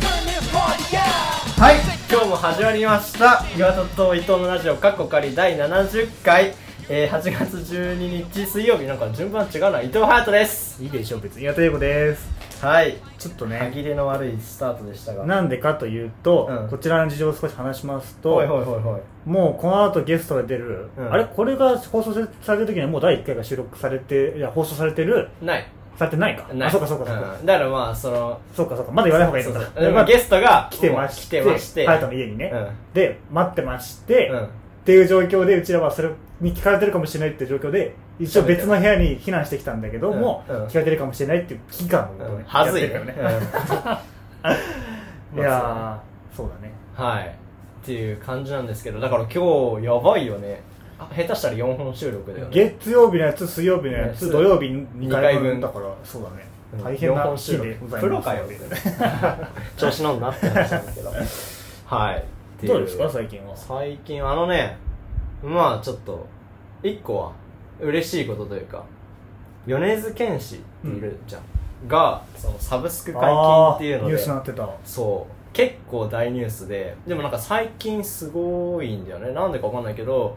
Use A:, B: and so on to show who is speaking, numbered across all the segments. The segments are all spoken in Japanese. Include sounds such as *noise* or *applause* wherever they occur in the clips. A: turn this party out
B: はい今日も始まりました岩田と伊藤のラジオカッコ仮第70回、えー、8月12日水曜日なんか順番違うな伊藤ハートです
C: いいでしょう別に岩田優子です
B: はい
C: ちょっとね
B: 歯切れの悪いスタートでしたが
C: なんでかというと、
B: うん
C: こちらの事情を少し話しますと、
B: ほいほいほいほい
C: もうこの後ゲストが出る、
B: うん
C: あれこれが放送される時にはもう第1回が収録されていや放送されてる
B: ない
C: されてないか
B: ない
C: あそうかそうかそうか、
B: んだからまあその
C: そうかそうかまだ言わない方がいいのか
B: そうそうでもゲストが
C: 来てまして
B: 来てまして
C: 隼人の家にね、
B: う
C: で待ってまして、
B: うん
C: っていう状況でうちらはそれに聞かれてるかもしれないっていう状況で一応別の部屋に避難してきたんだけども、
B: うんうん
C: 聞かれてるかもしれないっていう危機感をね、
B: うんはずい
C: やってるよね、いやー、そうだね
B: うんはいっていう感じなんですけどだから今日やばいよねあ下手したら4本収録だよね
C: 月曜日のやつ水曜日のや
B: ね
C: つ土曜日2回
B: 二回分
C: 分だからそうだね
B: うん
C: 大変
B: 四
C: な
B: 本収
C: 日
B: 録
C: でございます
B: プロかよ *laughs* 調子乗んなって話なんですけどはいってい
C: どうですか最近は
B: 最近あのねまあちょっと一個は嬉しいことというか米津玄師っているじゃん、がそのサブスク解禁っていう
C: あ
B: の
C: ーニ
B: で
C: ュースになってた
B: そう結構大ニュースででもなんか最近すごいんだよねなんでかわかんないけど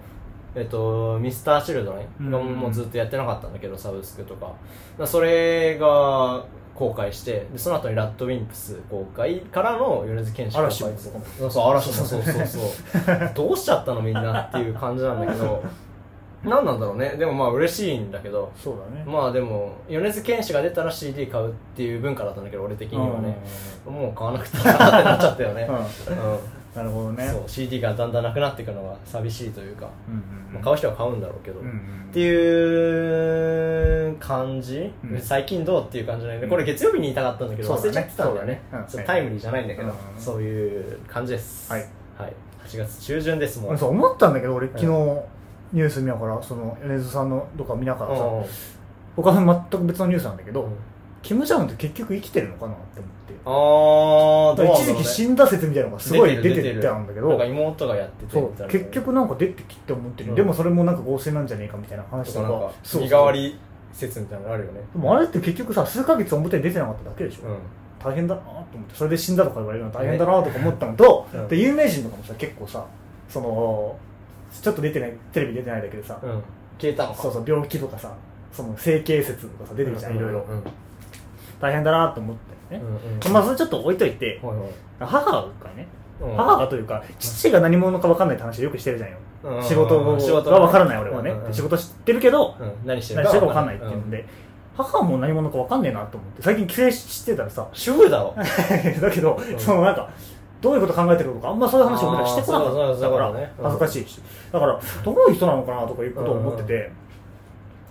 B: えっと、ミスターシルドね、
C: うん
B: がもうずっとやってなかったんだけど、サブスクとか。だからそれが公開して、でその後にラッドウィンプス公開からの米津玄師公開
C: 嵐もそこも
B: そうそう、嵐もそうそうそう。 *laughs* どうしちゃったのみんなっていう感じなんだけど、何なんだろうね。でもまあ嬉しいんだけど、
C: そうだね
B: まあでも、米津玄師が出たら CD 買うっていう文化だったんだけど、俺的にはね。もう買わなくてもなってなっちゃったよね。
C: うん
B: う
C: なるほど
B: ん。
C: ね
B: そう、CD がだんだんなくなっていくのが寂しいというか、
C: うんうんう
B: ま
C: ん
B: あ買う人は買うんだろうけど。
C: うんうん
B: っていう感じ、
C: うん
B: 最近どうっていう感じなんで、これ月曜日に言いたかったんだけど、
C: そ
B: 忘
C: うだね
B: れちゃってたんだよね
C: そうだねうん
B: ちょっとタイムリーじゃないんだけど、
C: うん
B: そういう感じです
C: はい、
B: はい、8月中旬ですもん
C: 俺さ思ったんだけど俺昨日ニュース見ながらその米津さんのとか見ながらさ
B: うん
C: 他の全く別のニュースなんだけ
B: う
C: ど
B: ん
C: キム・ジャンって結局生きてるのかなって思って
B: あーどうなんだろうね
C: 一時期死んだ説みたいなのがすごい出てたんだけ
B: なん
C: ど
B: か妹がやってて
C: そ
B: みたいうな
C: 結局なんか出てきて思ってる、
B: うん
C: でもそれもなんか合成なんじゃねえかみたいな話
B: と
C: と
B: か
C: か
B: なんか
C: そう
B: 身代わり説みたいなのあるよね
C: でもあれって結局さ数ヶ月表に出てなかっただけでしょ、
B: うん
C: 大変だなと思ってそれで死んだとか言われるの大変だなとか思ったのと、
B: ねうん
C: で有名人とかもさ結構さそのちょっと出てないテレビ出てないだけでさ、
B: うん消えたのか
C: そうそう病気とかさその整形説とかさ出てるじゃん、いろいろ
B: うん
C: 大変だなと思ってね
B: う、んうん
C: まあそれちょっと置いといて、
B: はいはい
C: 母がね
B: うん
C: 母がというか父が何者か分かんないって話をよくしてるじゃんよ、
B: うん
C: 仕事
B: うん仕事
C: が分からない俺はね、
B: うんうんうん
C: 仕事知ってるけど、
B: うん何してる
C: 何
B: か
C: してるか
B: わ
C: 分かんないっていうので、母も何者か分かんねえなと思って最近帰省してたらさ
B: 主婦だろ
C: *laughs* だけど、
B: うん
C: そのなんかどういうこと考えてるのかあんまそういう話を俺らしてこなか
B: あー
C: っ
B: そうそ
C: たか
B: うそう
C: ら
B: そうだねうん
C: 恥ずかしいしだからどういう人なのかなとかいうことを思ってて、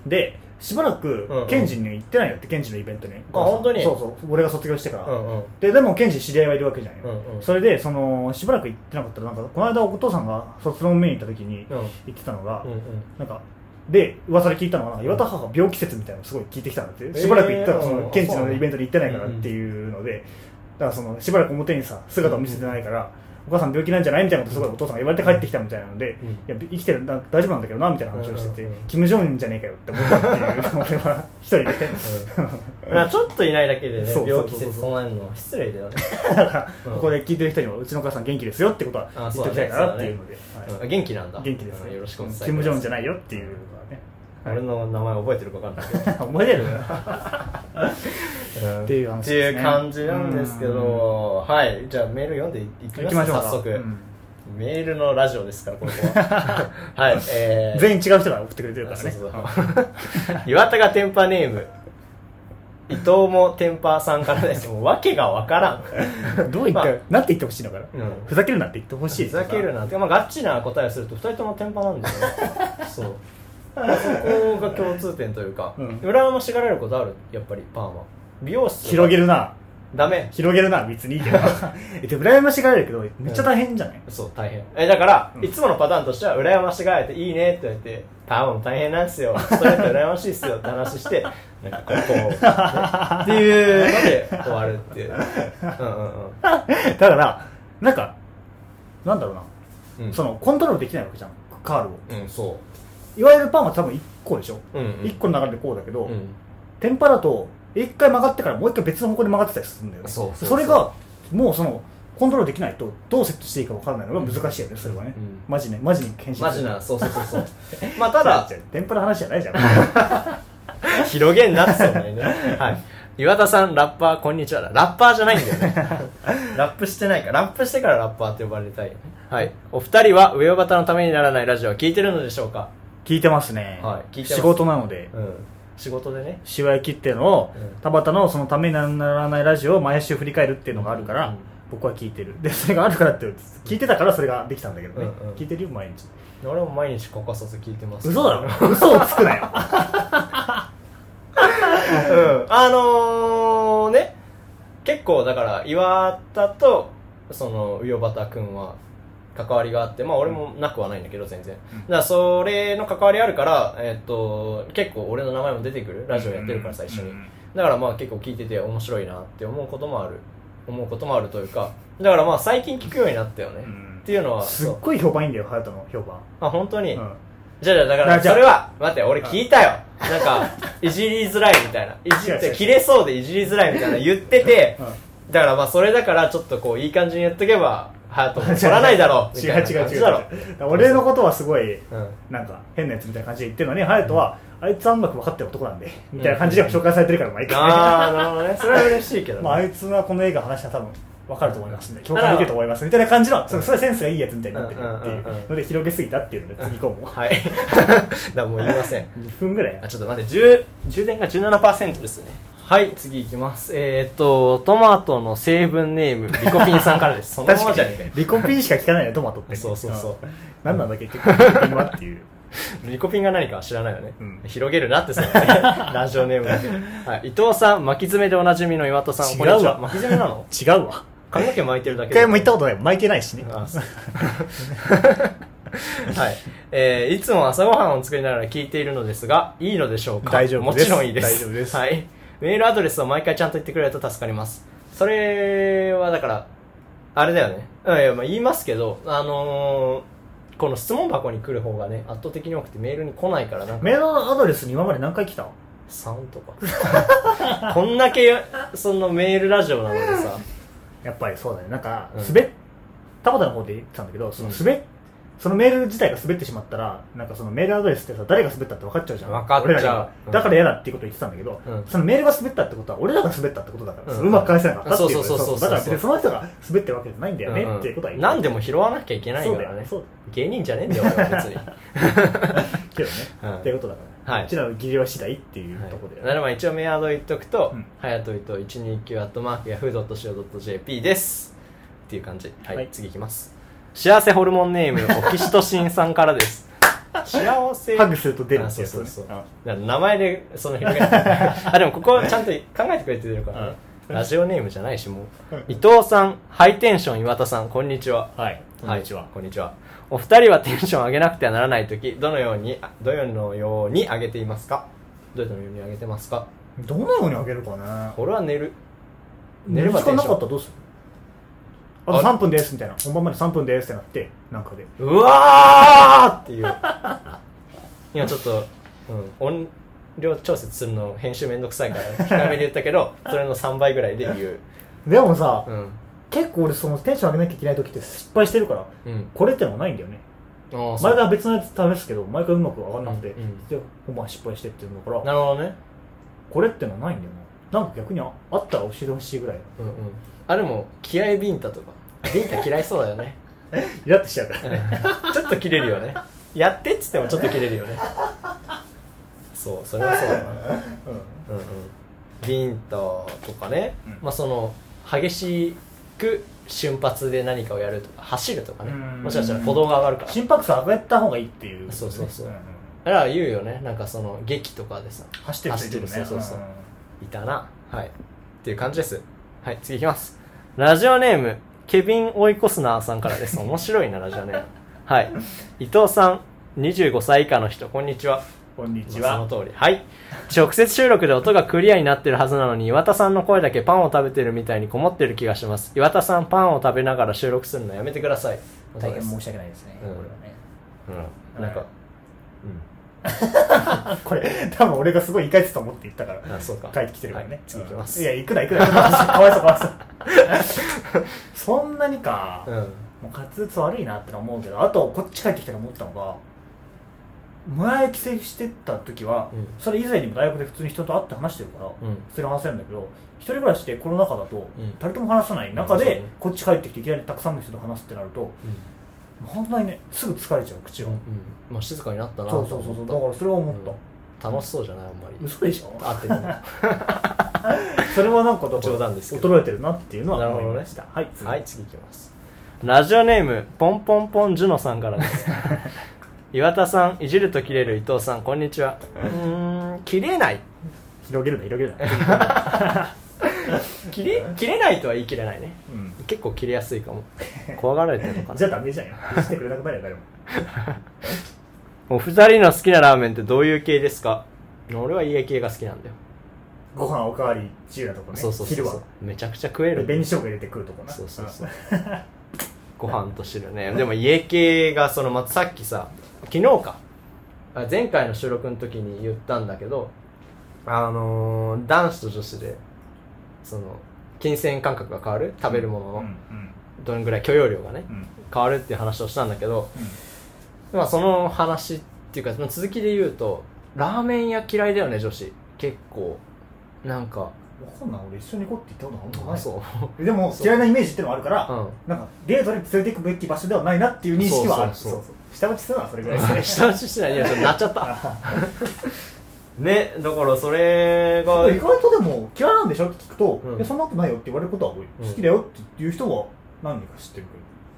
C: でしばらく
B: うんうん
C: ケンジに行ってないよってケンジのイベントにあ
B: 本当に
C: そうそう俺が卒業してから、
B: うんうん
C: ででもケンジ知り合いはいるわけじゃんよ、
B: うんうん
C: それでそのしばらく行ってなかったらなんかこの間お父さんが卒論見に行った時に
B: うん
C: 言ってたのが、
B: うんうん
C: なんかで噂で聞いたのがなんか岩田母が病気説みたいなのをすごい聞いてきたんだって、しばらく行ったら
B: えー
C: そ
B: うん
C: のケンジのイベントに行ってないからっていうので、だからそのしばらく表にさ姿を見せてないから、お母さん病気なんじゃないみたいなことすごいお父さんが言われて帰ってきたみたいなので、
B: うん
C: いや生きてるな大丈夫なんだけどなみたいな話をしてて、
B: うんうんうん
C: キム・ジョンウンじゃねえかよって思ったっていう俺は一人で、
B: まあちょっといないだけでね
C: そうそうそう
B: 病気説唱えるのは失礼だよ
C: *laughs*
B: ね
C: だから、
B: うん
C: ここで聞いてる人にもうちのお母さん元気ですよってことは言
B: あ
C: っ
B: そう
C: と
B: だね
C: きたいなっていうので、は
B: う
C: い
B: ん元気なんだ
C: 元気です
B: うんよろしくお伝えください
C: キム・ジョンウンじゃないよっていうのはね
B: 俺
C: *laughs*
B: の名前覚えてるか分かんないけど
C: 覚えてる
B: っ
C: っていう話
B: っ
C: です
B: て
C: ね
B: いう感じなんですけどはいじゃあメール読んでいき
C: 行
B: ます
C: きましょ
B: か
C: うか
B: 早速、
C: うん
B: メールのラジオですからここ
C: *laughs*
B: ははいえー、
C: 全員違う人が送ってくれてるから
B: そう
C: ね
B: そうそう岩田がテンパネーム伊藤もテンパさんから
C: *laughs*
B: ですもう訳が分からん
C: *laughs* どう言っ
B: まあ
C: てなんて言ってほしいのかな
B: うん
C: ふざけるなって言ってほしい
B: ふざけるなってまあガチな答えをすると2人ともテンパなんだよ
C: *laughs*
B: ねそうそこが共通点というか、
C: うん
B: 羨ましがられることあるやっぱりパーマ美容室とか
C: 広げるな
B: ダメ
C: 広げるな、別にいいけど。 *laughs* え、でも羨ましがられるけど、めっちゃ大変じゃない、
B: そう大変えだから、
C: うん
B: いつものパターンとしては羨ましがられていいねって言われて多分大変なんですよそれって羨ましいっすよって話 *laughs* してなんかこう、ねっていうので終わるっていううんうんうん
C: だから、なんか、なんだろうな。
B: うん
C: その、コントロールできないわけじゃん。カールを。
B: うんそ
C: いわゆるパンは多分1個でしょ
B: ううんうん
C: ?1 個の中でこうだけど、
B: うん
C: テンパだと、1回曲がってからもう1回別の方向に曲がってたりするんだよね。
B: そうそうそう
C: れが、もうその、コントロールできないと、どうセットしていいか分からないのが難しいよね、それはね。
B: うん
C: マジね、マジに検証
B: マジなそうそうそう *laughs* そうまあただ
C: テンパの話じゃないじゃん。 *laughs* あ
B: 広げんなってそんなにねはい岩田さんラッパーこんにちはラッパーじゃないんだよね *laughs* ラップしてないからラップしてからラッパーって呼ばれたいよねはいお二人は上尾端のためにならないラジオは聞いてるのでしょうか
C: 聞いてますね。
B: はい聞いてます
C: 仕事なので、
B: うん仕事でね
C: しわやきっていうのを、
B: うん
C: 田畑のそのためにならないラジオを毎週振り返るっていうのがあるから、
B: うん
C: 僕は聞いてる。で、それがあるからって、聞いてたからそれができたんだけどね。
B: うんうん
C: 聞いてるよ、毎日。
B: 俺も毎日欠かさず聞いてます
C: 嘘だろ嘘をつくなよ。
B: うん *laughs* あのー、ね結構だから岩田とその魚畑君は関わりがあってまあ俺もなくはないんだけど全然
C: うん
B: だからそれの関わりあるから、えっと結構俺の名前も出てくるラジオやってるからさ一緒に
C: うん
B: だからまあ結構聞いてて面白いなって思うこともある思うこともあるというかだからまあ最近聞くようになったよね、
C: うん
B: っていうのは
C: すっ
B: そう
C: ごい評判いいんだよ、ハヤトの評判。
B: あ本当に、
C: うん
B: じゃあじゃあだか
C: だから
B: ら
C: じゃあ
B: それは待って俺聞いたよなんか *laughs* いじりづらいみたいないじっ
C: 違う違う違
B: て
C: う
B: 切れそうでいじりづらいみたいな言ってて
C: うん
B: だからまあそれだからちょっとこういい感じにやっとけばハートも取らないだろ
C: *laughs*
B: うみ
C: 違う
B: たいな
C: 違う
B: 感
C: 違
B: じ
C: う
B: だろ
C: 俺のことはすごい
B: うん
C: なんか変なやつみたいな感じで言ってるのにハヤトは、あいつあんまく分かってる男なんでみたいな感じで紹介されてるから毎回、
B: ああなるほどねそれは嬉しいけどね
C: まあ、あいつはこの映画話したら多分分かると思いますんで共感できると思いますみたいな感じのそれそれセンスがいいやつみたいになってるっていう
B: うんうんうんうん
C: ので広げすぎたっていうので次行こうも
B: はい *laughs* だからもう言いません
C: 2分ぐらいや
B: あちょっと待って充充電が17%ですねはい次いきますえー、っとトマトの成分ネームリコピンさんから
C: *laughs*
B: ですそのままじゃねえかよ
C: リコピンしか聞かないよトマトって
B: そうそうそうん
C: 何なんだっけ結局リコピンはっていう
B: リコピンが何かは知らないよね。
C: うん
B: 広げるな
C: *laughs*
B: ってそのねラジオネームだけはい。伊藤さん、巻き爪でおなじみの岩戸さん、
C: 違う
B: こ
C: わ
B: んにちは。巻き爪なの
C: 違うわ
B: 髪の毛巻いてるだけ
C: 一
B: で。
C: 回も行ったことない巻いてないしね
B: あそうはい。えーいつも朝ごはんを作りながら聞いているのですが、いいのでしょうか
C: 大丈夫です
B: もちろんいいです。
C: 大丈夫です
B: はい。メールアドレスを毎回ちゃんと言ってくれると助かります。それはだから、あれだよね。うん、いや、まあ言いますけど、あのーこの質問箱に来る方がね、圧倒的に多くてメールに来ないからなんか
C: メールアドレスに今まで何回来た
B: 3とか *laughs* こんだけそのメールラジオなのでさ
C: やっぱりそうだね。なんか
B: うん、
C: 滑っ、田畑の方で言ってたんだけど、その
B: うん
C: 滑っ、そのメール自体が滑ってしまったら、なんかそのメールアドレスってさ、誰が滑ったって分かっちゃうじゃん。
B: 分かっちゃう
C: 俺らが
B: うん
C: だから嫌だっていうことを言ってたんだけど、
B: うん
C: そのメールが滑ったってことは、俺らが滑ったってことだから、
B: うん
C: それうまく返せなかったっていうこと
B: そうそうそうそう
C: だから別にその人が滑ってるわけじゃないんだよね、
B: うんうん
C: っていうことは言ってた
B: 何でも拾わなきゃいけないからね
C: そうだよ
B: 芸人じゃねえんだよ俺は別に
C: けどね、
B: うん
C: っていうことだから、
B: はいう
C: ちらの義理は次第っていうところで、
B: なるまあ一応メアド言っとくと
C: うん
B: 「はやといと 129-yahoo.co.jp」ですっていう感じはい、
C: はい
B: 次いきます幸せホルモンネームオキシトシンさんからです
C: *laughs*
B: 幸せ
C: ハグすると出る
B: あ
C: って
B: そ
C: や
B: う
C: つね
B: そうそう
C: うん
B: だから名前でその広げ *laughs* ないあでもここはちゃんと考えてくれてるからね、
C: うん
B: ラジオネームじゃないしもう、
C: うん
B: 伊藤さんハイテンション岩田さんこんにちは
C: はい、こんにちは。
B: こんにちはお二人はテンション上げなくてはならない時どのようにあどのように上げていますかどのように上げてますか
C: どのようにあげるかな
B: 俺は寝る
C: 寝る時間なかったらどうするあと
B: あ
C: 3分ですみたいな本番まで3分ですってなってなんかで
B: うわーっていう *laughs* 今ちょっと、うん、音量調節するの編集めんどくさいから控えめで言ったけ *laughs* どそれの3倍ぐらいで言う
C: でもさ、
B: うん
C: 結構俺そのテンション上げなきゃいけない時って失敗してるから
B: うん
C: これってのはないんだよね
B: ああそう
C: 毎回別のやつ試すけど毎回うまく上がんなくて、
B: うんうん
C: で本番失敗してっていうのだから
B: なるほどね
C: これってのはないんだよななんか逆にああったら教えてほしいぐらい
B: うんうんあでも気合いビンタとかビンタ嫌いそうだよ *laughs* ね
C: イラッと *laughs* しちゃうからね
B: ちょっと切れるよねやってっつってもちょっと切れるよねそうそれはそうだな
C: う
B: うんうんビンタとかね、
C: うん
B: まあその激しく瞬発で何かをやるとか走るとかね
C: うん
B: もしかしたら歩道が上がるか
C: ん
B: ら
C: 心拍数上げた方がいいっていう、
B: そうそうそうん
C: ん
B: だから言うよねなんかその劇とかでさ
C: 走ってる人いるよね
B: 走ってるそうそうそういたなはいっていう感じですはい、次いきます。ラジオネーム、ケビン・オイコスナーさんからです。面白いな、ラジオネーム。はい。伊藤さん、25歳以下の人、こんにちは。
C: こんにち
B: そ
C: は
B: の。通り。はい。直接収録で音がクリアになってるはずなのに、岩田さんの声だけパンを食べてるみたいにこもってる気がします。岩田さん、パンを食べながら収録するのやめてください。
D: 大変申し訳ないですね、
B: うん
D: これはね
B: うん。なんか、
C: これ、多分俺がすごい怒ってたと思って言ったか
B: あ
C: ら、
B: そうか
C: 帰ってきてるからね
B: はい。次行きます
C: いや、行くな行くな。 *laughs* かわいそうかわいそう。そんなにか、
B: うん。うん。
C: もう滑舌悪いなってのは思うけど、あと、こっち帰ってきたら思ったのが、前帰省してった時は、
B: うん
C: それ以前にも大学で普通に人と会って話してるから、
B: うん
C: 普通に話せるんだけど、一人暮らしでコロナ禍だと
B: ん、
C: 誰とも話さない中
B: そうだ
C: で
B: ね、
C: こっち帰ってきていきなりたくさんの人と話すってなると、本当にね、すぐ疲れちゃう、口が。
B: まあ、静かになったなと思った。
C: そうそうそうそう、だからそれは思った。
B: 楽しそうじゃない、あんまり。
C: 嘘でしょ
B: あって
C: *laughs*
B: る。
C: それはなんかだから
B: 冗談ですけど
C: 衰えてるなっていうのは
B: なるほ
C: 思い
B: ど
C: ま
B: ね
C: した、はい次
B: はい、次いきます。ラジオネーム、ポンポンポンジュノさんから
C: *laughs*
B: です。岩田さん、いじると切れる伊藤さん、こんにちは。うーん、切れない。
C: 広げるな広げ
B: *laughs*
C: るな、
B: 切れ、切れないとは言い切れないね。
C: うん
B: 結構切れやすい
C: *laughs*
B: かも。怖がられてるのか
C: じゃ
B: な。
C: あダメじゃんよしてくれなくなるよ誰も
B: お二人の好きなラーメンってどういう系ですか俺は家系が好きなんだよ。
C: ご飯おかわり自由なとこね
B: そうそうそう
C: 昼
B: そ
C: は
B: う。めちゃくちゃ食える。
C: 紅生姜入れてくるとこな
B: そうそうそう
C: うん。
B: ご飯と汁ね。でも家系が、その、ま、さっきさ、昨日か。あ前回の収録の時に言ったんだけど、あのー男子と女子で、その、金銭感覚が変わる食べるものの、
C: うんうん
B: どれぐらい許容量がね、
C: うん
B: 変わるっていう話をしたんだけど、まあその話っていうか、その続きで言うと、ラーメン屋嫌いだよね、女子。結構。なんか、
C: わかんない俺一緒に行こうって言ったことあんまない
B: そう。
C: でも嫌いなイメージってのはあるから、
B: うん
C: なんかデートに連れて行くべき場所ではないなっていう認識はある
B: そうそうそう
C: 下打ちするのはそれぐらいですね
B: 下打ちしてない。いや、ちょっとなっちゃ
C: *laughs*
B: った。ね、だからそれが、
C: 意外とでも嫌いなんでしょって聞くと、
B: うん
C: いやそんなことないよって言われることは多い、
B: うん
C: 好きだよっていう人は何人か知ってる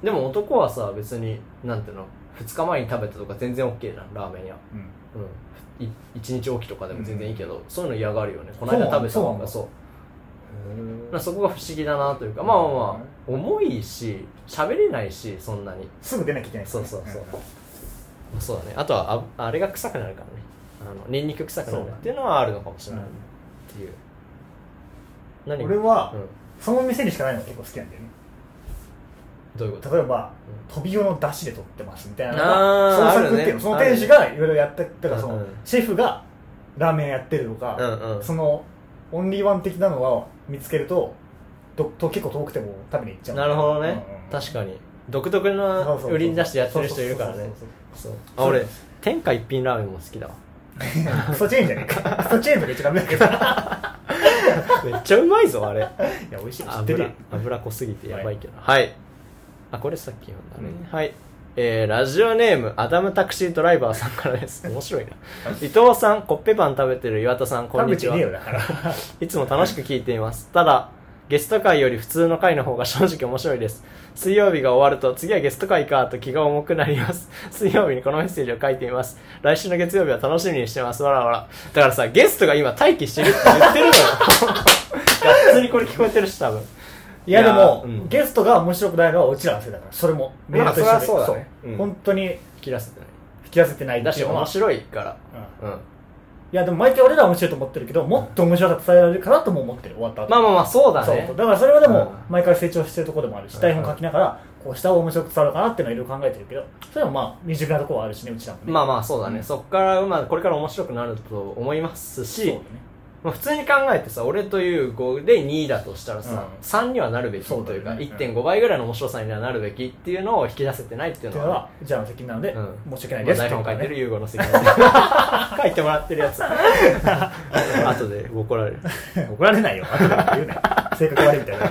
C: けど
B: でも男はさ、別に、なんていうの、2日前に食べたとか全然 OK じゃん、ラーメン屋。
C: うん
B: うん。い1日おきとかでも全然いいけど、そういうの嫌がるよね。この間食べた
C: そう
B: の
C: なん
B: が
C: だ
B: そう。まあそこが不思議だなというか、まあまあまあ、重いし、喋れないし、そんなに。
C: すぐ出なきゃいけないです
B: そ
C: ね、
B: うそうそう。
C: ん
B: そうだね。あとはあ、あれが臭くなるからね。あの、ニンニク臭くなるっていうのはあるのかもしれないね。っていう。何
C: 俺は、
B: うん
C: その店にしかないのが結構好きなんだよね
B: どういうこと
C: 例えば
B: う
C: トビウオの出汁で取ってますみたいなの
B: あー
C: が創作ってい
B: ある
C: う
B: ね
C: のその店主がいろいろやってだからそ
B: うんう
C: の
B: ん
C: シェフがラーメンやってるとか、
B: うんうん
C: そのオンリーワン的なのを見つけるとどと結構遠くても食べに行っちゃう
B: なるほどね、
C: うんうん
B: 確かに独特な
C: そうそうそう
B: 売りに出してやってる人いるから
C: そう
B: ね
C: そ
B: そ
C: うそう
B: うあ俺天下一品ラーメンも好きだわ
C: そう *laughs* クソチェーンじゃねえかクソチェーンとか言っちゃダメだ
B: *laughs*
C: けどい
B: めっちゃうまいぞあれ
C: や美味しいの知ってるよ
B: 油油濃すぎてやばいけどはい、あこれさっき読んだね、はいえー、ラジオネームアダムタクシードライバーさんからです
C: *laughs*
B: 面白いな伊藤さんコッペパン食べてる岩田さんこんにちは
C: 食べてねえよだから
B: いつも楽しく聞いています。ただ、ゲスト会より普通の会の方が *laughs* 正直面白いです。水曜日が終わると、次はゲスト会かと気が重くなります。 *laughs* 水曜日にこのメッセージを書いています。来週の月曜日は楽しみにしてます。わらわら。だからさ、ゲストが今待機してるって言
C: *laughs*
B: ってるのよ。がっつりこれ聞こえてるし、多分。
C: いやでも、
B: うん
C: ゲストが面白くないのはうちらのせいだからそれもメールと一緒
B: まあ
C: で
B: それはそうだね
C: そう
B: うん
C: 本当に
B: 切らせてない。
C: 引き出せてないっ
B: だ
C: てい
B: し、
C: うのは
B: 面白いから。うん。
C: いやでも毎回俺らは面白いと思ってるけどもっと面白さ伝えられるかなとも思ってる終わった後
B: まあまあまあ、そうだね
C: そう。だからそれはでも
B: う
C: 毎回成長してるところでもあるし、台本書きながらこうした方が面白く伝わるかなっていうのはいろいろ考えてるけどそれはまあ未熟なところはあるしねうちらもね
B: まあ
C: あ
B: まあ、そうだね。そっから、まあ、これから面白くなると思います
C: そうだ
B: し
C: ね、
B: まあ、普通に考えてさ俺という5で2位だとしたらさ、
C: うん
B: 3にはなるべきというか
C: そうだよね
B: 1.5倍ぐらいの面白さにはなるべきっていうのを引き出せてないっていう
C: ってい
B: の
C: うの
B: は
C: はうちらの責任なので、
B: うん
C: 申し訳ない
B: まあ
C: です
B: 台本書いてる優吾の責 *laughs* 任書いてもらってるやつ *laughs* 後で怒られる
C: 怒られないよ後で言うね性格悪いみ
B: *laughs*
C: たいな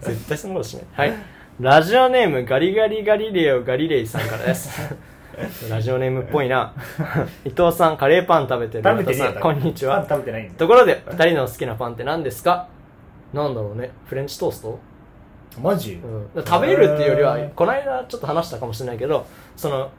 B: 絶対そんなことしないはいラジオネームガリガリガリレオガリレイさんからです *laughs* ラジオネームっぽい *laughs* な伊藤さんカレーパン食べ *laughs* てる
C: 食べて
B: 岩田
C: ねえよ
B: さんこんにちは
C: パン食べてないんだ
B: ところで2人の好きなパンって何ですかなんだろうねフレンチトースト
C: マジ、
B: うん、食べるっていうより
C: へ
B: は
C: ー
B: この間ちょっと話したかもしれないけどその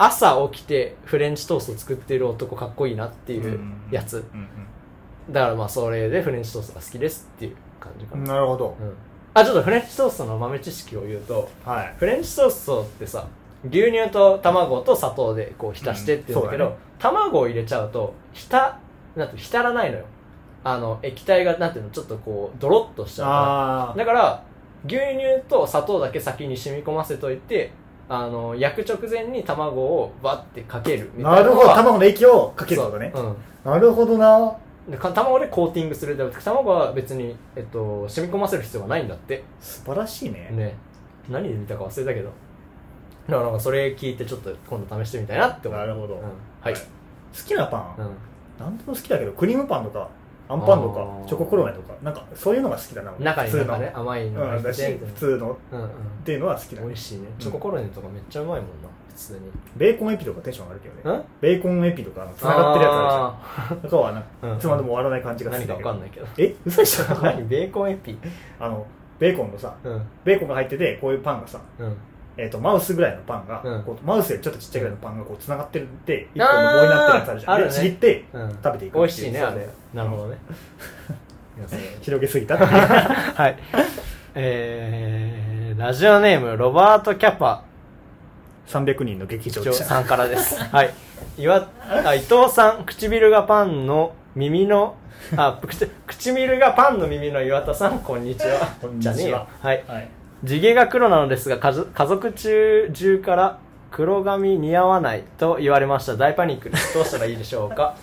B: 朝起きてフレンチトースト作ってる男かっこいいなっていうやつ
C: うんうん
B: だからまあそれでフレンチトーストが好きですっていう感じかな、
C: なるほど。
B: うんあちょっとフレンチトーストの豆知識を言うと
C: はい。
B: フレンチトーストってさ牛乳と卵と砂糖でこう浸してって言うんだけど、
C: うんそう
B: 卵を入れちゃうと浸なんて浸らないのよあの液体がなんていうのちょっとこうドロッとしちゃうから
C: あ
B: だから、牛乳と砂糖だけ先に染み込ませといて、あの、焼く直前に卵をバッてかける
C: ー。
B: みたい
C: な
B: な
C: る
B: の
C: ほど。
B: は。
C: 卵の液をかけることね。
B: そう
C: なるほどな。
B: うん。でか卵でコーティングする。だから卵は別に、えっと、染み込ませる必要がないんだって。
C: 素晴らしいね。
B: ね。何で見たか忘れたけど。だからなんかそれ聞いてちょっと今度試してみたいなって思う。
C: なるほど
B: うんはい。
C: 好きなパン、
B: うん。
C: なんでも好きだけど、クリームパンとか、あんパンと
B: あ
C: か
B: ー、
C: チョコクロネとか、なんか、そういうのが好きだな。
B: 中に
C: 普
B: な
C: 通
B: ん
C: の
B: かね、甘いのが
C: うん、
B: 入
C: だ
B: っ
C: して
B: てみたい
C: 普
B: な
C: 通の
B: うんうん。
C: っていうのは好きだ
B: 美味しいね。チョココロネとかめっちゃうまいもんな、普通に。
C: ベーコンエピとかテンション上がるけどね
B: ん
C: ベーコンエピとかつながってるやつあ
B: あ
C: るじゃんとかはなん
B: う
C: か
B: ん
C: いつまでも終わらない感じ
B: ー
C: がす
B: 何
C: る
B: かわかん
C: い
B: ないけど。
C: え嘘でしょ
B: 何ベーコンエピ
C: あのベーコンのさ
B: うん
C: ベーコンが入っててこういうパンがさ、
B: うん
C: えー、とマウスぐらいのパンが、
B: うん
C: こうマウスよりちょっとちっちゃいぐらいのパンがこうつながってるって一
B: あー
C: 個の棒になってるやつあるじゃ
B: あ
C: ん
B: る
C: で
B: ね
C: ちぎって
B: うん
C: 食べていくっていう
B: 美味しいね
C: そう
B: あれなるほ
C: *laughs*
B: どねいやそれ
C: 広げすぎたっていう
B: はいえー、ラジオネームロバート・キャパ
C: 300人の劇場
B: 長
C: でした
B: さんからです *laughs* はい岩あ伊藤さん唇がパンの耳のあ口唇がパンの耳の岩田さんこんにちは
C: こんにちは
B: じゃねえよはい
C: はい、
B: 地毛が黒なのですが家族家族中中から黒髪似合わないと言われました大パニックですどうしたらいいでしょう *laughs* か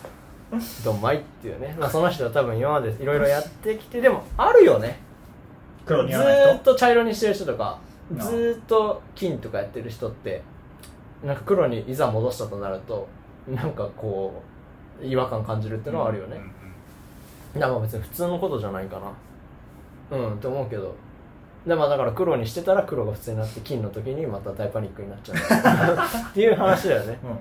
B: ドンマイっていうね、まあ、その人は多分今までいろいろやってきてでもあるよね
C: 黒に
B: ず
C: 合わない
B: ーっ
C: 人
B: と茶色にしてる人とか
C: なあ
B: ずーっと金とかやってる人ってなんか黒にいざ戻したとなるとなんかこう違和感感じるってのはあるよね、
C: うんうん
B: だから別に普通のことじゃないかなうんって思うけどでまあだから黒にしてたら黒が普通になって金の時にまた大パニックになっちゃうっていう話だよね
C: うんうん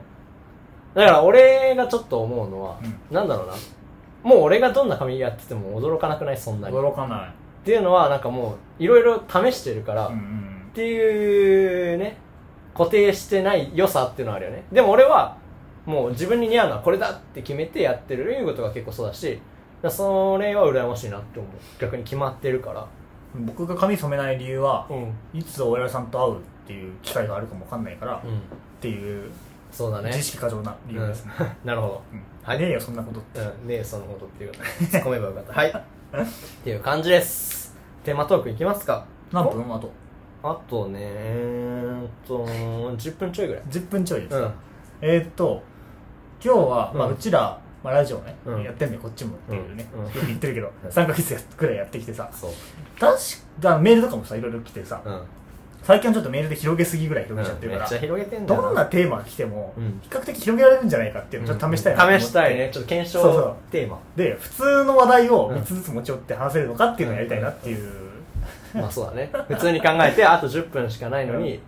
B: だから俺がちょっと思うのは、
C: う
B: なんだろうなもう俺がどんな髪やってても驚かなくないそんなにっ
C: 驚かない、
B: ていうのはなんかもういろいろ試してるから、
C: うんう
B: っ
C: ん
B: ていうね固定してない良さっていうのはあるよねでも俺はもう自分に似合うのはこれだって決めてやってるいうことが結構そうだしだからそれは羨ましいなって思う逆に決まってるから
C: うん、僕が髪染めない理由は
B: うん、うん、
C: いつお偉いさんと会うっていう機会があるかもわかんないから、っていう
B: そうだね
C: 自意識過剰な理由ですね、
B: *laughs* なるほど
C: うん
B: はい
C: ねえよそんなことって
B: うん、ねえそのことっていうか突っ込めばよかったはいっていう感じですテーマトークいきますか
C: 何分あと
B: あとねえーっと10分ちょいぐらい
C: 10分ちょいです、
B: うん
C: えーっと今日は、まあ、
B: うん
C: うちら、まあ、ラジオね、
B: うん
C: やってんねこっちもっていうね、
B: うん
C: よく言ってるけど
B: うん
C: 3ヶ月やくらいやってきてさ
B: そう
C: 確かメールとかもさいろいろ来てさ、
B: うん
C: 最近はちょっとメールで広げすぎぐらい広げちゃって
B: うん
C: る
B: め
C: か
B: っ
C: ら、
B: ちゃ広げてんだよ
C: どんなテーマが来ても、
B: うん
C: 比較的広げられるんじゃないかっていうのをちょっと試したいなと思って、
B: 試したいねちょっと検
C: そうそう
B: 証テーマ
C: で普通の話題を3つずつ持ち寄って話せるのかっていうのをやりたいなっていう、
B: まあそうだね普通に考えてあと10分しかないのに
C: う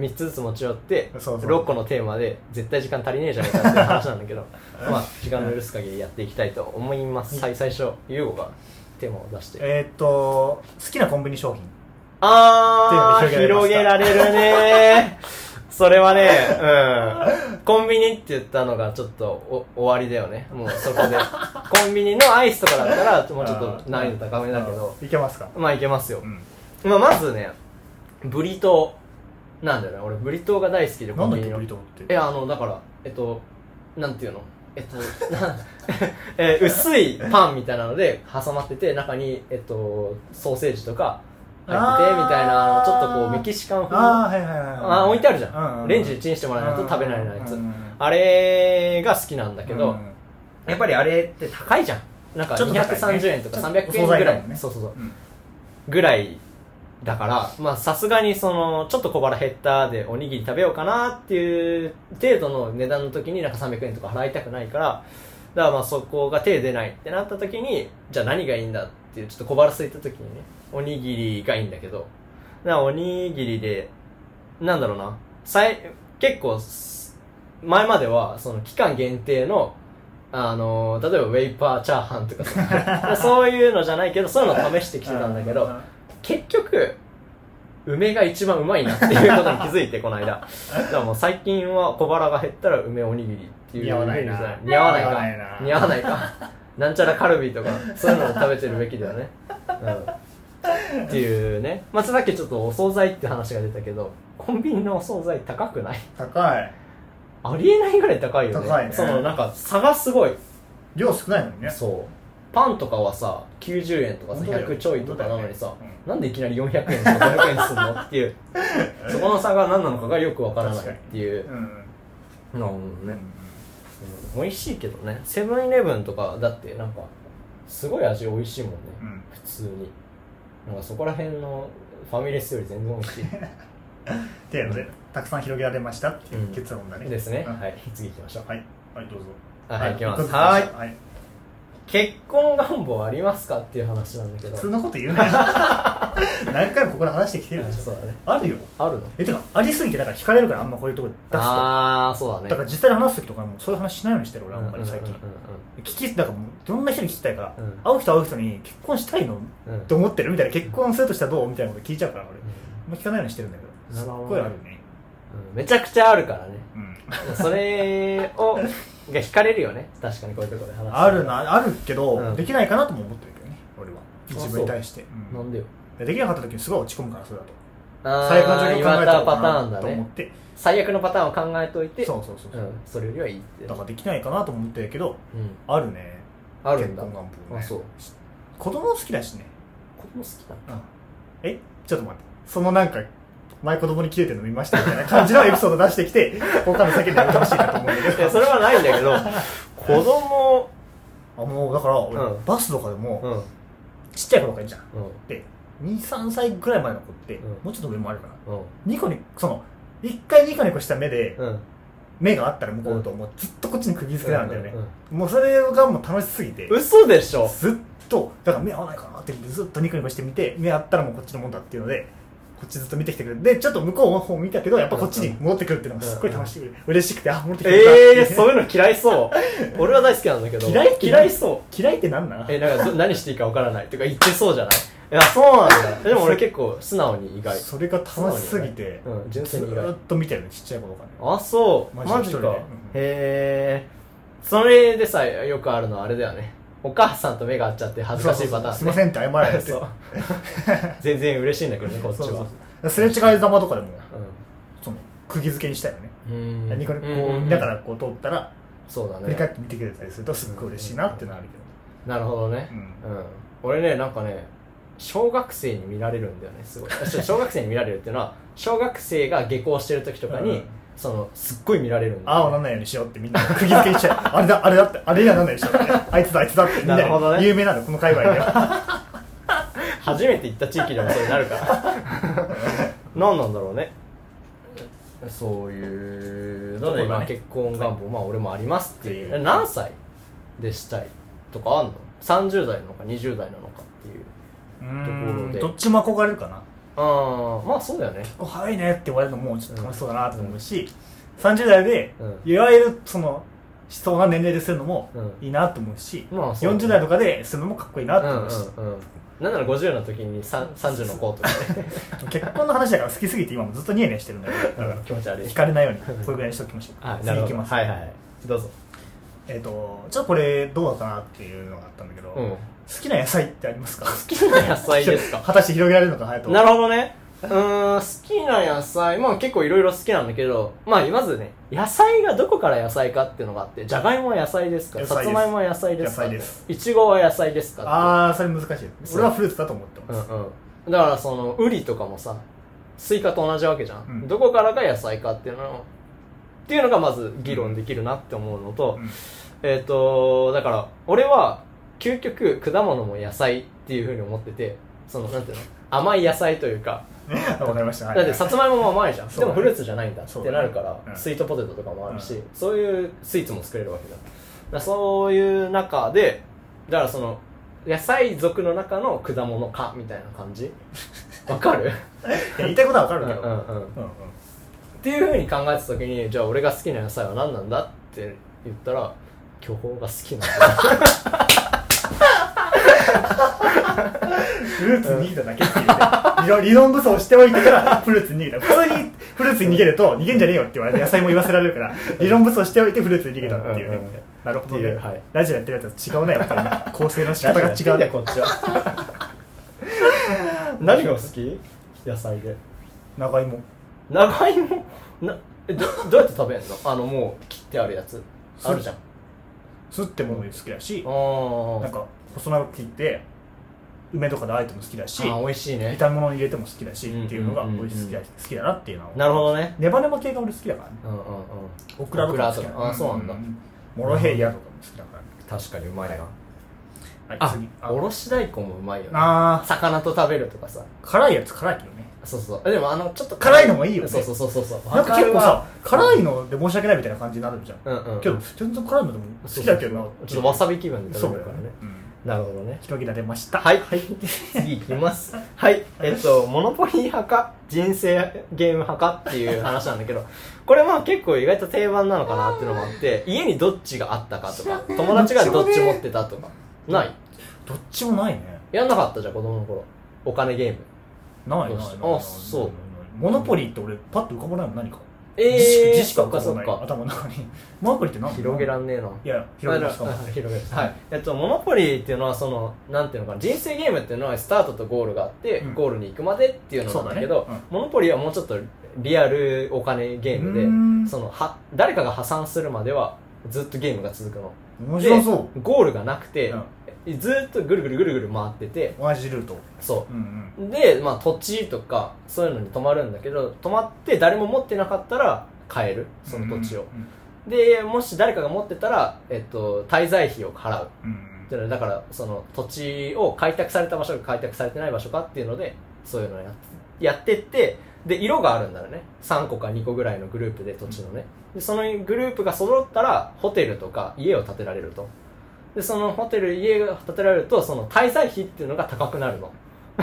B: 3つずつ持ち寄って
C: そうそう
B: 6個のテーマで絶対時間足りねえじゃねえかっていう話なんだけどまあ時間の許す限りやっていきたいと思います最最初優吾がテーマを出して
C: えーっと好きなコンビニ商品
B: あー、
C: っていうの
B: 広
C: 広
B: げ
C: げ
B: ら
C: ら
B: れるねそれはね、うん。コンビニって言ったのがちょっとお終わりだよね。もうそこ
C: *laughs*
B: で。コンビニのアイスとかだったら、もうちょっと難易度高めだけど、
C: いけますか、
B: まあいけますよ
C: う。ん、
B: まあまずね、ブリトー。なんだよね、俺ブリトーが大好きで、
C: な
B: コ
C: ん
B: ン
C: だ
B: ビ
C: っ
B: ニ
C: けブ
B: の
C: リ。トーって
B: え、あの、だから、えっと、なんていうのえっと、な *laughs* えー薄いパンみたいなので挟まってて、中に、えっと、ソーセージとか入って
C: あ
B: て、
C: ー
B: みたいな、あのちょっとこう、メキシカン風
C: ああ
B: の、
C: はいはいはいはい
B: あー置いてあるじ
C: うんうん
B: ゃ。
C: うんん
B: レンジでチンしてもらわないと食べられないやつ
C: うんうんうん。
B: あれが好きなんだけ
C: う
B: ど
C: ん、
B: やっぱりあれって高いじゃん。なんか
C: ちょっと高いね
B: 230円とか300
C: ちょ
B: 円
C: っとお惣菜
B: ぐら
C: だ
B: い
C: もん。ね
B: そうそうそう
C: う。ん
B: ぐらいだから、まあさすがにその、ちょっと小腹減ったでおにぎり食べようかなっていう程度の値段の時になんか300円とか払いたくないから、だからまあそこが手出ないってなった時に、じゃあ何がいいんだっていう、ちょっと小腹空いた時にね、おにぎりがいいんだけど、だからおにぎりで、なんだろうな、さい結構す、前まではその期間限定の、あのー例えばウェイパーチャーハンとかさそういうのじゃないけど、そういうのを試してきてたんだけど、結局梅が一番うまいなっていうことに気づいてこの間だからもう最近は小腹が減ったら梅おにぎりっていう
C: 似合わないな
B: 風にした似合わない
C: 似合わない
B: か
C: な
B: 似合わないかなんちゃらカルビとかそういうのを食べてるべきだよねうんっていうね、まあ、さっきちょっとお惣菜って話が出たけどコンビニのお惣菜高くない
D: 高い
B: ありえないぐらい高いよね
D: 高いね
B: そのなんか差がすごい
D: 量少ないのにね
B: そうパンとかはさ90円とかさ
D: 本当だよ
B: 100ちょいとかなのにさ
D: 本当だよね
B: なんでいきなり400円とか500円すんのっていう
D: *laughs*
B: そこの差が何なのかがよくわからないっていう
D: うん
B: なるほどね、うん美味しいけどねセブンイレブンとかだってなんかすごい味美味しいもんね、
D: うん
B: 普通になんかそこら辺のファミレスより全然美味し
D: っていうのでたくさん広げられましたっていう結論だね
B: いですね、
D: うん
B: はい次行きましょう
D: はいはいどうぞ
B: あはい行きますは
D: はいいはい
B: 結婚願望ありますかっていう話なんだけど
D: 普通のこと言うね
B: *laughs*
D: 何回もここで話してきてるでし
B: そう
D: ょ
B: だね
C: あるよ
B: あるの
C: えてかありすぎてだから惹かれるからあんまこういうとこで出すとだ
B: ああそうだね
C: から実際に話す時とかもそういう話しないようにしてる俺あんまり最近
B: うんうん
C: 聞きだからもういろんな人に聞きたいから、
B: うん
C: 会う人会う人に結婚したいの
B: うんうん
C: と思ってるみたいな結婚するとしたらどうみたいなこと聞いちゃうから俺あんま聞かないようにしてるんだけど
B: な
C: す
B: る
C: っ
B: ほど
C: ごいあるね
B: うんめちゃくちゃあるからね
D: うん
B: それ *laughs* をが惹かれるよね確かにこういうところで話す
C: あるなあるけど、
B: うん
C: できないかなとも思ってるけどね俺は
B: あ
C: 自分に対して、うん
B: なんでよ
C: できなかった時にすごい落ち込むからそれだと
B: あ
C: 最悪の状況
B: ー
C: を
B: 言
C: 考
B: わ
C: え
B: れ
C: た
B: た
C: らど
B: パ
C: う
B: タ
C: か
B: ーン
C: な
B: だ
C: と思っ
B: ね
C: て、
B: 最悪のパターンを考えといて
C: そうそうそうそう、
B: ん、それよりはいいって
C: だからできないかなとも思ってるけど
B: うん、
C: あるね
B: あるんだ
C: 結婚願望ね
B: あそう
C: 子供好きだしね、
B: 子供好きなの
C: うん、えちょっと待ってそのなんか前子供に切れて飲みましたみたいな感じのエピソード出して
B: *laughs*
C: きて他の先にやめてほしいなと思うんだけ
B: いや
C: ど
B: それはないんだけ *laughs* ど子供
C: あもうだから俺、
B: うん
C: バスとかで
B: う
C: も
B: んうん
C: ちっちゃい子とかいるじゃん
B: うん
C: で23歳ぐらいまでの子って、
B: うん
C: もうちょっと上もあるかな
B: うん
C: ニコニコその一回ニコニコした目で、
B: うん
C: 目があったら向こうともうずっとこっちに釘付けなんだよね、
B: うんうん
C: もうそれがもう楽しすぎて
B: うん嘘で *laughs* しょ
C: ずっとだから目合わないかなってずっとニコニコしてみて目合ったらもうこっちのもんだっていうのでこっちずっと見てきてくれるでちょっと向こうの方見たけどやっぱこっちに戻ってくるっていうのがすっごい楽しい、嬉しくてあ戻ってきてく
B: ええ
C: れた
B: ー、そういうの嫌いそう俺は大好きなんだけど
C: 嫌いって
B: 嫌いそう
C: 嫌いってなんなの
B: えなんかど何していいかわからないとか言ってそうじゃないいやそうなんだ *laughs* でも俺結構素直に意外
C: それが楽しすぎて、
B: うん純
C: ず
B: 粋に意外
C: ーっと見てるねちっちゃい子とかね
B: あそう
C: マ
B: マ
C: ジ
B: ジか、
C: で一人でうん
B: へえそれでさよくあるのはあれだよねお母さんと目が合っちゃって恥ずかしいパターン、ね、
C: そうそうそうすいませんって謝られ
B: *laughs* そ
C: て *laughs*
B: う全然嬉しいんだけどねこっちは
C: そうそうそうすれ違いざまとかでも
B: う
C: その釘付けにしたいよね、
B: ん
C: ニコニコ
B: うんうん
C: こ
B: うん
C: うだからこう通ったら
B: そうだ
C: 振り返っ
B: ね
C: て見てくれたりするとすっごい嬉しいなってなるけ
B: なるほどね
C: ど、うん
B: うん、俺ねなんかね小学生に見られるんだよねすごいあちょ小学生に見られるっていうの *laughs* は小学生が下校してる時とかに、
C: うん
B: そのすっごい見られるんだよね
C: ああならないようにしようってみんな釘付けにしちゃうあれだあれだってあれにはならないでしょうねあいつだあいつだってみんな
B: なるほどね
C: 有名なのこの界隈では
B: 初めて行った地域でもそれなるから *laughs* 何なんだろうねそういうので、
C: ところがね
B: まあ結婚願望、まあ俺もありますってい
C: っていう
B: う何歳でしたいとかあんの30代なのか20代なのかっていう
C: う
B: ところ
C: ん
B: で
C: どっちも憧れるかな
B: ああまあそうだよね
C: 結構早いねって言われるのもちょっと楽しそうだなと思うし、30代で
B: うん
C: いわゆるその思想な年齢でするのも
B: うん
C: いいなと思うし、
B: まあそう
C: 40代とかでするのもかっこいいな
B: う
C: と
B: ん
C: 思
B: う
C: うし、
B: んうんなんなら50の時にさん30の子とか
C: *laughs*
B: ね
C: 結婚の話だから好きすぎて今もずっとニヤニヤしてるんだけどだから
B: 気持ち悪い
C: 惹かれない
B: *laughs*
C: ようにこれぐらいにしておきましょう
B: はいな
C: 次
B: る
C: 行
B: ほ
C: き
B: ど
C: ます、
B: はいはいはいどうぞ
C: えっ、とちょっとこれどうだかなっていうのがあったんだけど、
B: うん
C: 好きな野菜ってありますか好き
B: 好きな野菜ですか
C: *laughs* 果たして広げられるのか隼人
B: なるほどね。うーん、好きな野菜、まあ結構いろいろ好きなんだけど、まあまずね、野菜がどこから野菜かっていうのがあって、じゃがいもは野菜ですか
C: 野
B: さ
C: 菜です
B: つまいもは野菜ですか
C: 野菜です
B: いちごは野菜ですか
C: ああそれ難しい
B: そう
C: 俺はフルーツだと思って
B: う
C: ま
B: ん
C: す、
B: うん。だからその、ウリとかもさ、スイカと同じわけじゃん。
C: うん
B: どこからが野菜かっていうのをっていうのがまず議論できるなって思うのと、
C: うん
B: えっ、と、だから、俺は、究極、果物も野菜っていうふうに思ってて、その、なんていうの甘い野菜というか、
C: *laughs* わかりました、はい
B: だってさつまいもも甘いじゃん、
C: そう
B: で
C: だね
B: もフルーツじゃないんだっ
C: そうだ
B: て
C: ね
B: なるから、
C: うん
B: スイートポテトとかもあるし、
C: うん
B: そういうスイーツも作れるわけだだからそういう中でだからその野菜族の中の果物かみたいな感
C: *laughs*
B: じわかる
C: いや言いたいことはわか
B: うん
C: る
B: う
C: けど、うんうん
B: んうんっていうふうに考えた時にじゃあ俺が好きな野菜は何なんだって言ったら巨峰が好きなん
C: *laughs*
B: だ
C: フルーツ逃げただけっていうね理論理論武装しておい
B: *laughs*
C: てからフルーツに逃げた普通にフルーツに逃げると逃げんじゃねえよって言われて野菜も言わせられるから理論武装しておいてフルーツに逃げたっていうね、
B: うんうんうん
C: なるほど
B: ってい
C: ね、
B: うはい
C: ラジオやってるやつは違うねやっぱりね構成の仕方が違う
B: だ
C: ね
B: *laughs* こっちは何がお好き野菜で
C: 長芋
B: 長芋なえどどうやって食べるのあのもう切ってあるやつあるじゃんあ
C: すってものも好きだし
B: ー
C: なんか細長く切って梅とかであえても好きだし
B: あー美味しいね
C: 炒め物に入れても好きだし
B: うん
C: っていうのが
B: うん
C: 美味しい好きだ好きだなっていうの
B: なるほ
C: ど
B: どね
C: ネバネバ系が俺好きだからね
B: うんうんうん
C: オクラとかも好き
B: オ
C: だ
B: クラとかあそうなんだ
C: モロヘイヤとかも好きだか
B: 確かにうまいな、
C: らはい
B: あ
C: 次
B: おろし大根もうまいよね
C: あ
B: 魚と食べるとかさ
C: ー辛いやつ辛いけどね
B: そうそうでもあのちょっと
C: 辛いのもいいよね
B: そうそうそうそうそう
C: なんか結構
B: わ
C: さ辛いので申し訳ないみたいな感じになるじゃん
B: かるわうんうん
C: けど全然辛いのでも好きだけどな
B: ちょっとわさび気分で
C: そ
B: 食
C: う
B: べ
C: だ
B: る
C: よ
B: からね
C: ねうん
B: なるほどね
C: 広げられました
B: はい、次いきますはいえっとモノポリー派か人生ゲーム派かっていう話なんだけどこれまあ結構意外と定番なのかなっていうのもあって家にどっちがあったかとか友達がどっち持ってたとかない
C: どっちもないね
B: やんなかったじゃん子供の頃お金ゲーム
C: ない
B: ど
C: ないうな
B: し
C: いない
B: あ
C: ない
B: そう
C: ないモノポリーって俺パッと浮かばないもん何か
B: え
C: 自
B: え
C: し
B: ー、
C: 自しか
B: そっ
C: 浮か
B: かそ
C: ば
B: っ
C: ない
B: か
C: 頭の中に *laughs* モノポリーって何
B: 広げら
C: い
B: んねえない
C: や広げました
B: あ広げましたはいえっとモノポリーっていうのはそのなんていうのかな人生ゲームっていうのはスタートとゴールがあって、
C: うん
B: ゴールに行くまでっていうのなんだけど
C: そうだね
B: モノポリーはもうちょっとリアルお金ゲームで
C: うーん
B: そのは誰かが破産するまではずっとゲームが続くの
C: 面白そう
B: でゴールがなくて、
C: うん
B: ずっとぐるぐるぐるぐる回ってて
C: 同じルート
B: そう
C: うんうん
B: で、まあ、土地とかそういうのに泊まるんだけど泊まって誰も持ってなかったら買えるその土地を、でもし誰かが持ってたら、えっと、滞在費を払う
C: うんうん
B: っていうのでだからその土地を開拓された場所か開拓されてない場所かっていうのでそういうのをやってやってってで色があるんだよね3個か2個ぐらいのグループで土地のねでそのグループが揃ったらホテルとか家を建てられるとでそのホテル家が建てられるとその滞在費っていうのが高くなるの *laughs* っ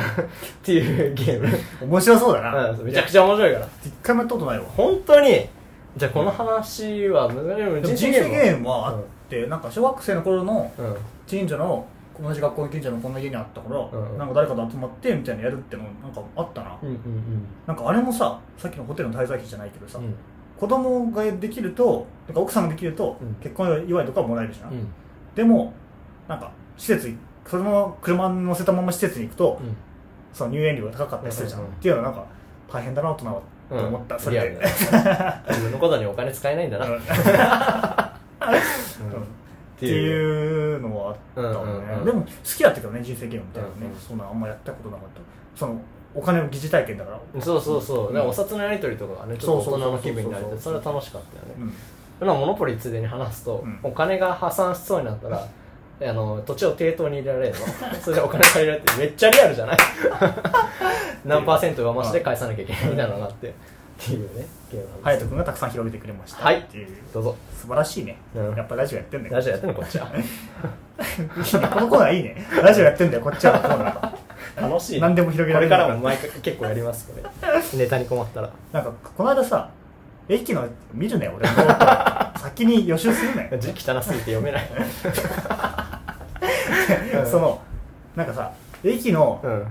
B: ていうゲーム、
C: うん面白そうだな
B: うんめちゃくちゃ面白いから
C: 一回もやったことないわ
B: 本当にじゃあこの話は難し
C: でも
B: い
C: 人
B: ゲ
C: 生
B: ーム
C: ゲームはあってなんか小学生の頃の
B: うん
C: 近所の同じ学校の近所のこんな家にあったから
B: うんうん
C: なんか誰かと集まってみたいなのやるってのなんかあったな
B: うんうん
C: なんかあれもささっきのホテルの滞在費じゃないけどさ
B: うんうん
C: 子供ができるとなんか奥さんができると
B: うん
C: 結婚祝いとかもらえるじゃん、
B: うん
C: でもなんか施設その車に乗せたまま施設に行くと、
B: うん
C: その入園料が高かったりするじゃん、
B: うんうんうん
C: っていうのはなんか大変だな大人はと思った、それ
B: リア
C: で
B: ル、だ自分のことにお金使えないんだな、
C: うん
B: うん
C: うん *laughs* っていうのはあった
B: う
C: の
B: ん
C: ね、
B: うんうん
C: でも好きだったけどね人生ゲームみたいなのね、
B: うんうん
C: そんなあんまやったことなかったそのお金の疑似体験だから、
B: そうそうそう、
C: うん
B: だからお札のやり取りとかがねちょっと大人の気分になれてそ
C: そ
B: れ
C: うそうそうそ
B: は
C: う
B: 楽しかったよね、
C: うん
B: まあモノポリついでに話すと、
C: うん
B: お金が破産しそうになったらあの土地を抵当に入れられるの *laughs* それでお金借りられてめっちゃリアルじゃない何パーセント上増しで返さなきゃいけないみたいなのがあってっていうねゲームなんです
C: 隼人君がたくさん広げてくれました、
B: はい
C: っていう
B: どうぞ
C: 素晴らしいね、
B: うん
C: やっぱラジオやってんだよ
B: ラジオやってんのこっちは
C: *laughs* このコーナーいいねラジオやってんだよこっちはのコーナー
B: 楽しい
C: 何でも広げられる
B: これからも毎回結構やりますこれネタに困ったら
C: なんかこの間さ駅の見るね俺のノ
B: *laughs*
C: ート先に予習するね
B: 字汚すぎて読めない
C: そのなんかさ駅の
B: うん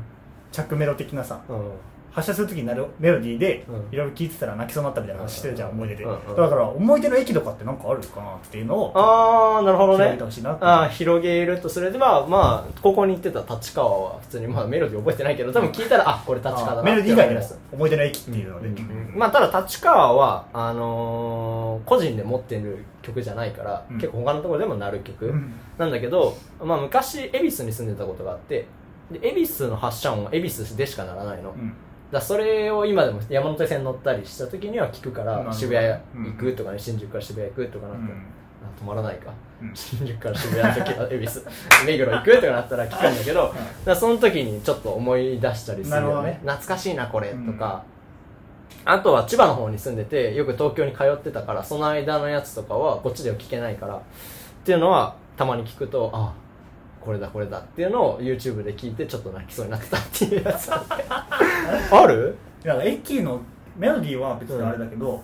C: 着メロ的なさ
B: うん
C: 発車するときになるメロディーで
B: うん
C: いろいろ聴いてたら泣きそうになったみたいな話してるじゃん
B: うん
C: 思い出で
B: う
C: だ
B: ん
C: から思い出の駅とかってなんかあるかなっていうのを
B: ああなるほど
C: 広げ
B: ね
C: てほしいなって
B: ああ広げるとそれでまあまあここに行ってた立川は普通にまあメロディー覚えてないけど多分聞いたらあこれ立川だなっ
C: あー
B: て
C: メロディー以外
B: 思い
C: でも
B: 出す
C: 思い出の駅っていうので
B: うんまあただ立川はあのー個人で持ってる曲じゃないから、
C: うん
B: 結構他のところでも鳴る曲、
C: うん
B: なんだけど、まあ、昔恵比寿に住んでたことがあってで恵比寿の発車音は恵比寿でしかならないの、
C: うん
B: だからそれを今でも山手線乗ったりした時には聞くか
C: なるほ
B: ら
C: ど
B: 渋谷行くとかね、新宿から渋谷行くとかな
C: う
B: ったら、
C: ん
B: あ止まらないか、
C: うん
B: 新宿から渋谷の時は恵比寿 *laughs* 目黒行くとかなったら聞くんだけど、だからその時にちょっと思い出したりする
C: なる
B: よ
C: ほど
B: ね
C: ね
B: 懐かしいなこれとか、あとは千葉の方に住んでてよく東京に通ってたからその間のやつとかはこっちでは聞けないからっていうのはたまに聞くとあこれだこれだっていうのを YouTube で聞いてちょっと泣きそうになってたっていうや
C: *laughs*
B: つある
C: だから駅のメロディーは別にあれだけど、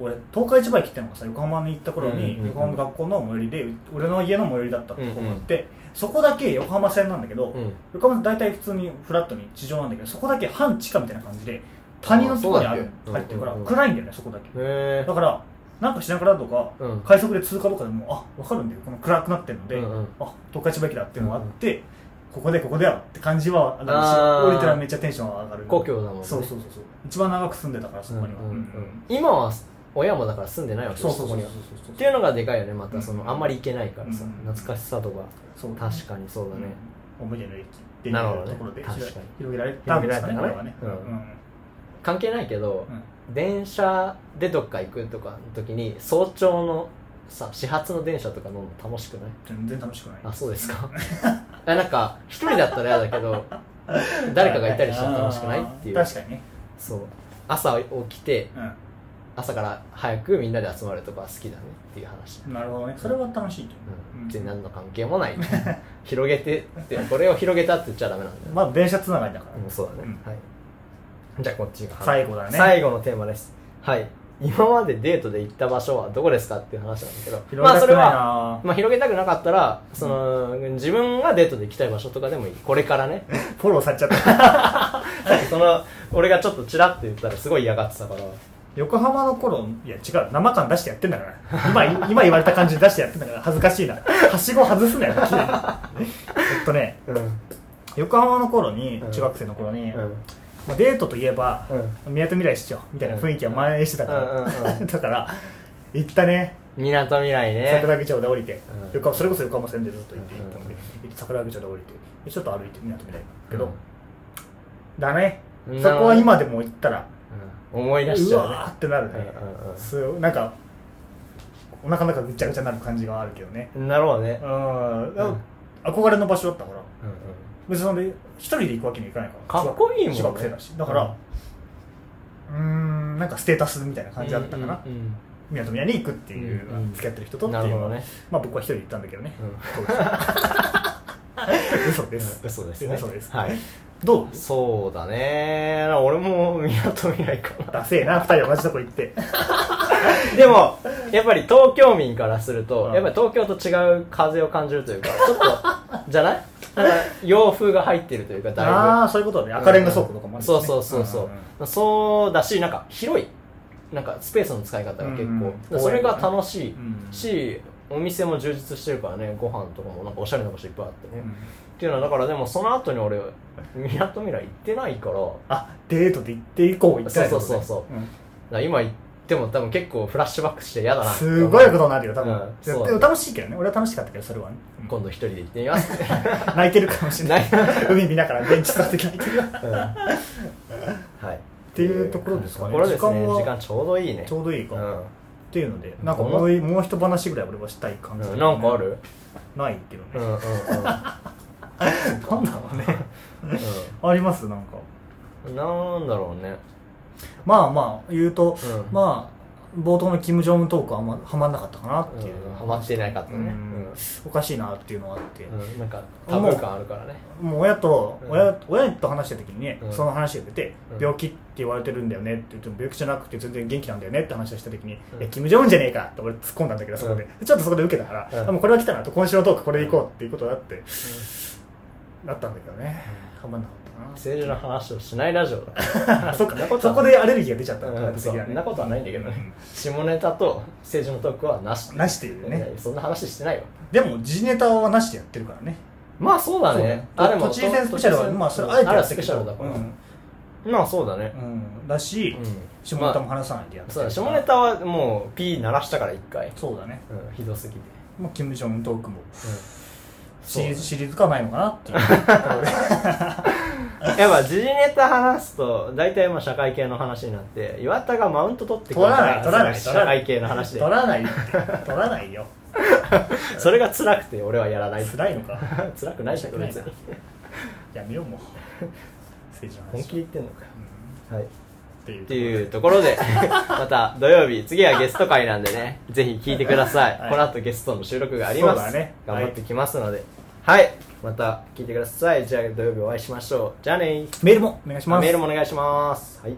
C: 俺東海市場駅ってのがさ横浜に行った頃
B: う
C: に
B: んうんうん
C: 横浜の学校の最寄りで俺の家の最寄りだったところがあって、そこだけ横浜線なんだけど、
B: うん
C: 横浜線大体普通にフラットに地上なんだけどそこだけ半地下みたいな感じで谷のところにある
B: あそうだ
C: 入
B: っ
C: っ
B: け
C: てるから、
B: うんうんうん
C: 暗いんだよねそこだけ
B: へえ
C: だからなんかしながらとか、
B: うん
C: 快速で通過とかでもあ分かるんだよこの暗くなってるので、
B: うんうん
C: あ東海市場駅だっていうのがあって、ここでここでよって感じはあ
B: あー
C: るし降りたらめっちゃテンション上がる
B: 故郷だもんね
C: そうそうそうそう一番長く住んでたからそこには、
B: うんうんう
C: うん
B: ん今は親もだから住んでないわけ
C: そうそうそう
B: こに
C: そうそ
B: は
C: う
B: っていうのがでかいよねまたそのあんまり行けないからさ
C: うん
B: 懐かしさとか
C: そう
B: 確かにそうだね
C: うん思い出の駅ってい
B: なるほど
C: う
B: ね
C: ところで
B: 確かに
C: 広げられたんですかね
B: 広げら
C: これ
B: れた
C: は
B: ね
C: ね
B: うん
C: うん
B: 関係ないけど
C: うん
B: 電車でどっか行くとかの時に早朝のさ始発の電車とか乗るの楽しくない
C: 全然楽しくない
B: あそうですか *laughs* あなんか一人だったら嫌だけ
C: *laughs*
B: ど誰かがいたりしたら楽しくないっていう
C: あー確かにね
B: そう朝起きて
C: う
B: 朝から早くみんなで集まるとか好きだねっていう話、
C: んなるほどねそれは楽しいと思う
B: うん、別に何の関係もない広げてってこれを広げたって言っちゃダメなんだよ、
C: まあ電車つながりだから
B: うん、そうだね、
C: うん
B: はいじゃあこっちが
C: 最後だね
B: 最後のテーマですはい今までデートで行った場所はどこですかっていう話なんだけど
C: 広げ
B: まあ
C: た
B: そ
C: くな
B: れ
C: いな
B: はまあ、広げたくなかったらその、自分がデートで行きたい場所とかでもいいこれから
C: *laughs*
B: ね
C: フォローされちゃった
B: さっきその俺がちょっとチラッと言ったらすごい嫌がってたから
C: *laughs* 横浜の頃いや違う生感出してやってんだから今い今言われた感じで出してやってんだから恥ずかしいなはしご外すなよ *laughs* えっとね
B: うん
C: 横浜の頃に
B: うん
C: 中学生の頃に、
B: うん
C: まあ、デートといえば
B: うん
C: みなとみらい市長みたいな雰囲気は蔓延してたか
B: うんうんうんう
C: ら *laughs* だから行ったね
B: みなとみらいね
C: 桜木町で降りて、
B: うん
C: 横浜それこそ横浜線でずっと行って行ったので
B: うん、
C: 桜木町で降りてでちょっと歩いてみなとみらいけど、
B: うん
C: だね
B: うん
C: そこは今でも行ったら
B: うん思い出しち
C: う
B: ゃうね
C: わーってなるね、
B: うんうんうん
C: そうなんかお腹の中ぐっちゃぐちゃになる感じがあるけどね
B: なるほどね
C: う、ん、憧れの場所だったから
B: うんうん、
C: 別にそんで一人で行くわけにはいかないから
B: かっこいいもんね
C: 中学生だしだからうーんなんかステータスみたいな感じだったかな
B: うんうん
C: みなとみらいに行くっていう、
B: うんうん
C: 付き合ってる人とって
B: なる
C: いう
B: ほ
C: の
B: ど
C: は、
B: ね
C: まあ僕は一人で行ったんだけどね、
B: うん
C: 嘘です
B: うん嘘ですね
C: 嘘です
B: はい
C: どう
B: そうだね俺もみなとみらいかな
C: ダセえな二人同じとこ行って
B: でも、やっぱり東京民からすると、
C: うん
B: やっぱり東京と違う風を感じるというか、ちょっと、じゃないなんか洋風が入ってるというか、だいぶ。
C: ああそういうことだね赤レンガ倉庫とかもあるしね
B: そうそうそうそう。
C: んんん
B: そうだし、なんか広い。なんかスペースの使い方が結構、
C: うんうん
B: だからそれが楽しい
C: うん
B: し、お店も充実してるからね、ご飯とかもなんかおしゃれな場所いっぱいあってね。
C: うん
B: っていうのは、だからでもその後に俺、みなとみらい行ってないから、だか
C: あデートで行って以降行ったりとかね
B: そうそうそうそ
C: ん
B: ら今行っても多分結構フラッシュバックして嫌だなって思う
C: すごいことになるよ多
B: うん
C: 分
B: そう
C: でも楽しいけどね俺は楽しかったけどそれはねうん
B: 今度一人で行ってみます。
C: 泣いてるかもしれない
B: 泣
C: 海見ながらベンチ座って泣いてる
B: *laughs*
C: っ
B: はい。って
C: いうところですかね
B: ところですね。
C: 時間は
B: 時間ちょうどいいね。
C: ちょうどいいか、
B: う
C: っ
B: ん
C: ていうのでなんかもういもう一話ぐらい俺はしたい感じ、
B: うん。なんかある
C: ないけど
B: うんう
C: ね、
B: んうん。
C: なんだろうね *laughs* ありますなんか
B: うんなんだろうね。
C: まあまあ言うと、
B: うん
C: まあ冒頭のキム・ジョンウントークはあんまはまんなかったかなっていう、
B: うんハマっていなかったね。う
C: う
B: んん
C: おかしいなっていうのはあって、
B: うん。なんか、タブー感あるからね。
C: もう親と、
B: うん
C: 親親と話してる時にね、
B: うん
C: その話が出て、
B: うん
C: 病気って言われてるんだよねって言っても病気じゃなくて全然元気なんだよねって話をした時に
B: う
C: 「
B: ん
C: え、キム・ジョンウンじゃねえか!」って俺突っ込んだんだけどそこで、ちょっとそこで受けたから、
B: うん
C: あもうこれは来たなと今週のトークこれでいこうっていうことだって、だったんだけどね頑張んなかった
B: 政治の話をしないラジオだ。
C: な *laughs* そっかそこでアレルギーが出ちゃった
B: うん
C: 感じ
B: そ
C: 的だね
B: んなことはないんだけど
C: う
B: ね。下ネタと政治のトークはなし。
C: なしっていうね
B: ややそんな話してないよ。
C: でも時事ネタはなしでやってるからね
B: まあそうだね。あ、でも、
C: 都知事選スペシャルはまあそれあ
B: あ
C: えて
B: れ
C: や
B: は
C: っ
B: ス
C: て
B: ペ
C: る
B: シ
C: け
B: ャ
C: ど
B: ルだから
C: う。ん
B: まあそうだね。
C: うんだし、
B: うん
C: 下ネタも話さないでやってる
B: そう
C: から
B: だ下ネタはもう P 鳴らしたから一回、
C: そうだね
B: うん、ひどすぎて、
C: もうキム・ジョンウントークもシリーズ
B: そ
C: シリーズ化ないのかなっていうところで
B: うやっぱ時事ネタ話すと大体まあ社会系の話になって岩田がマウント取ってく
C: 取らない
B: か
C: 取らない
B: 社
C: 取らない
B: 会系の話で
C: 取らないって取らないよ
B: それが辛くて俺はやらない
C: 辛いのか
B: *laughs* 辛くないけど別に
C: やめ
B: *laughs*
C: ようもう政治の
B: 本
C: 話
B: 気で言ってんのか、はい
C: っていう
B: っていうところで *laughs* また土曜日次はゲスト会なんでねぜひ聞いてください、
C: はい
B: この後ゲストの収録があります
C: そうだね
B: 頑張ってきますのではい、また聞いてくださいじゃあ土曜日お会いしましょうじゃあねー
C: メールもお願いします
B: メールもお願いします。はい。